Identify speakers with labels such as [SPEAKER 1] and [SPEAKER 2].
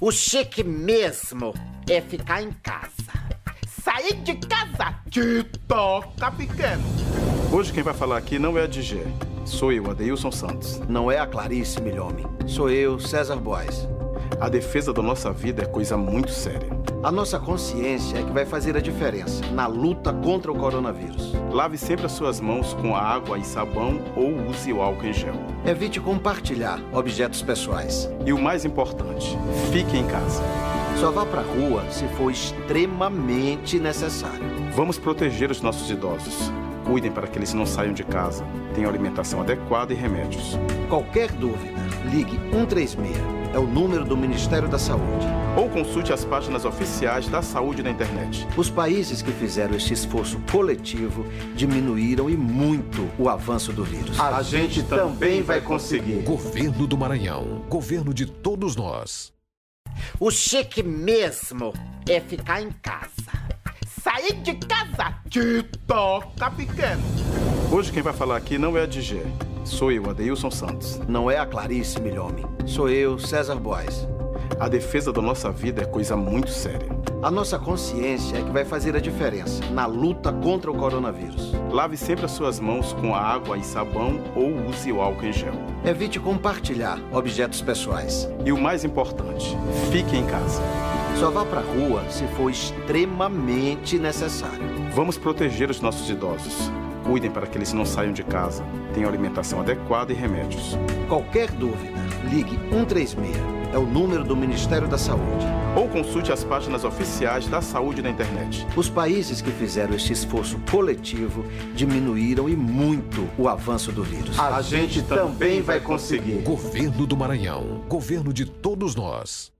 [SPEAKER 1] O chique mesmo é ficar em casa. Sair de casa
[SPEAKER 2] Te toca, pequeno.
[SPEAKER 3] Hoje quem vai falar aqui não é a DG. Sou eu, Adeilson Santos.
[SPEAKER 4] Não é a Clarice Milhome. Sou eu, César Boas.
[SPEAKER 3] A defesa da nossa vida é coisa muito séria.
[SPEAKER 4] A nossa consciência é que vai fazer a diferença na luta contra o coronavírus.
[SPEAKER 3] Lave sempre as suas mãos com água e sabão ou use o álcool em gel.
[SPEAKER 4] Evite compartilhar objetos pessoais.
[SPEAKER 3] E o mais importante, fique em casa.
[SPEAKER 4] Só vá pra rua se for extremamente necessário.
[SPEAKER 3] Vamos proteger os nossos idosos. Cuidem para que eles não saiam de casa. Tenham alimentação adequada e remédios.
[SPEAKER 4] Qualquer dúvida, ligue 136. É o número do Ministério da Saúde.
[SPEAKER 3] Ou consulte as páginas oficiais da saúde na internet.
[SPEAKER 4] Os países que fizeram esse esforço coletivo diminuíram e muito o avanço do vírus.
[SPEAKER 3] A, gente, também vai conseguir.
[SPEAKER 5] Governo do Maranhão. Governo de todos nós.
[SPEAKER 1] O chique mesmo é ficar em casa. Sair de casa
[SPEAKER 2] Te toca, pequeno.
[SPEAKER 3] Hoje quem vai falar aqui não é a DG. Sou eu, Adeilson Santos.
[SPEAKER 4] Não é a Clarice Milhome. Sou eu, César Boas.
[SPEAKER 3] A defesa da nossa vida é coisa muito séria.
[SPEAKER 4] A nossa consciência é que vai fazer a diferença na luta contra o coronavírus.
[SPEAKER 3] Lave sempre as suas mãos com água e sabão ou use o álcool em gel.
[SPEAKER 4] Evite compartilhar objetos pessoais.
[SPEAKER 3] E o mais importante, fique em casa.
[SPEAKER 4] Só vá pra rua se for extremamente necessário.
[SPEAKER 3] Vamos proteger os nossos idosos. Cuidem para que eles não saiam de casa. Tenham alimentação adequada e remédios.
[SPEAKER 4] Qualquer dúvida, ligue 136. É o número do Ministério da Saúde.
[SPEAKER 3] Ou consulte as páginas oficiais da saúde na internet.
[SPEAKER 4] Os países que fizeram esse esforço coletivo diminuíram e muito o avanço do vírus.
[SPEAKER 3] A gente também vai conseguir.
[SPEAKER 5] Governo do Maranhão. Governo de todos nós.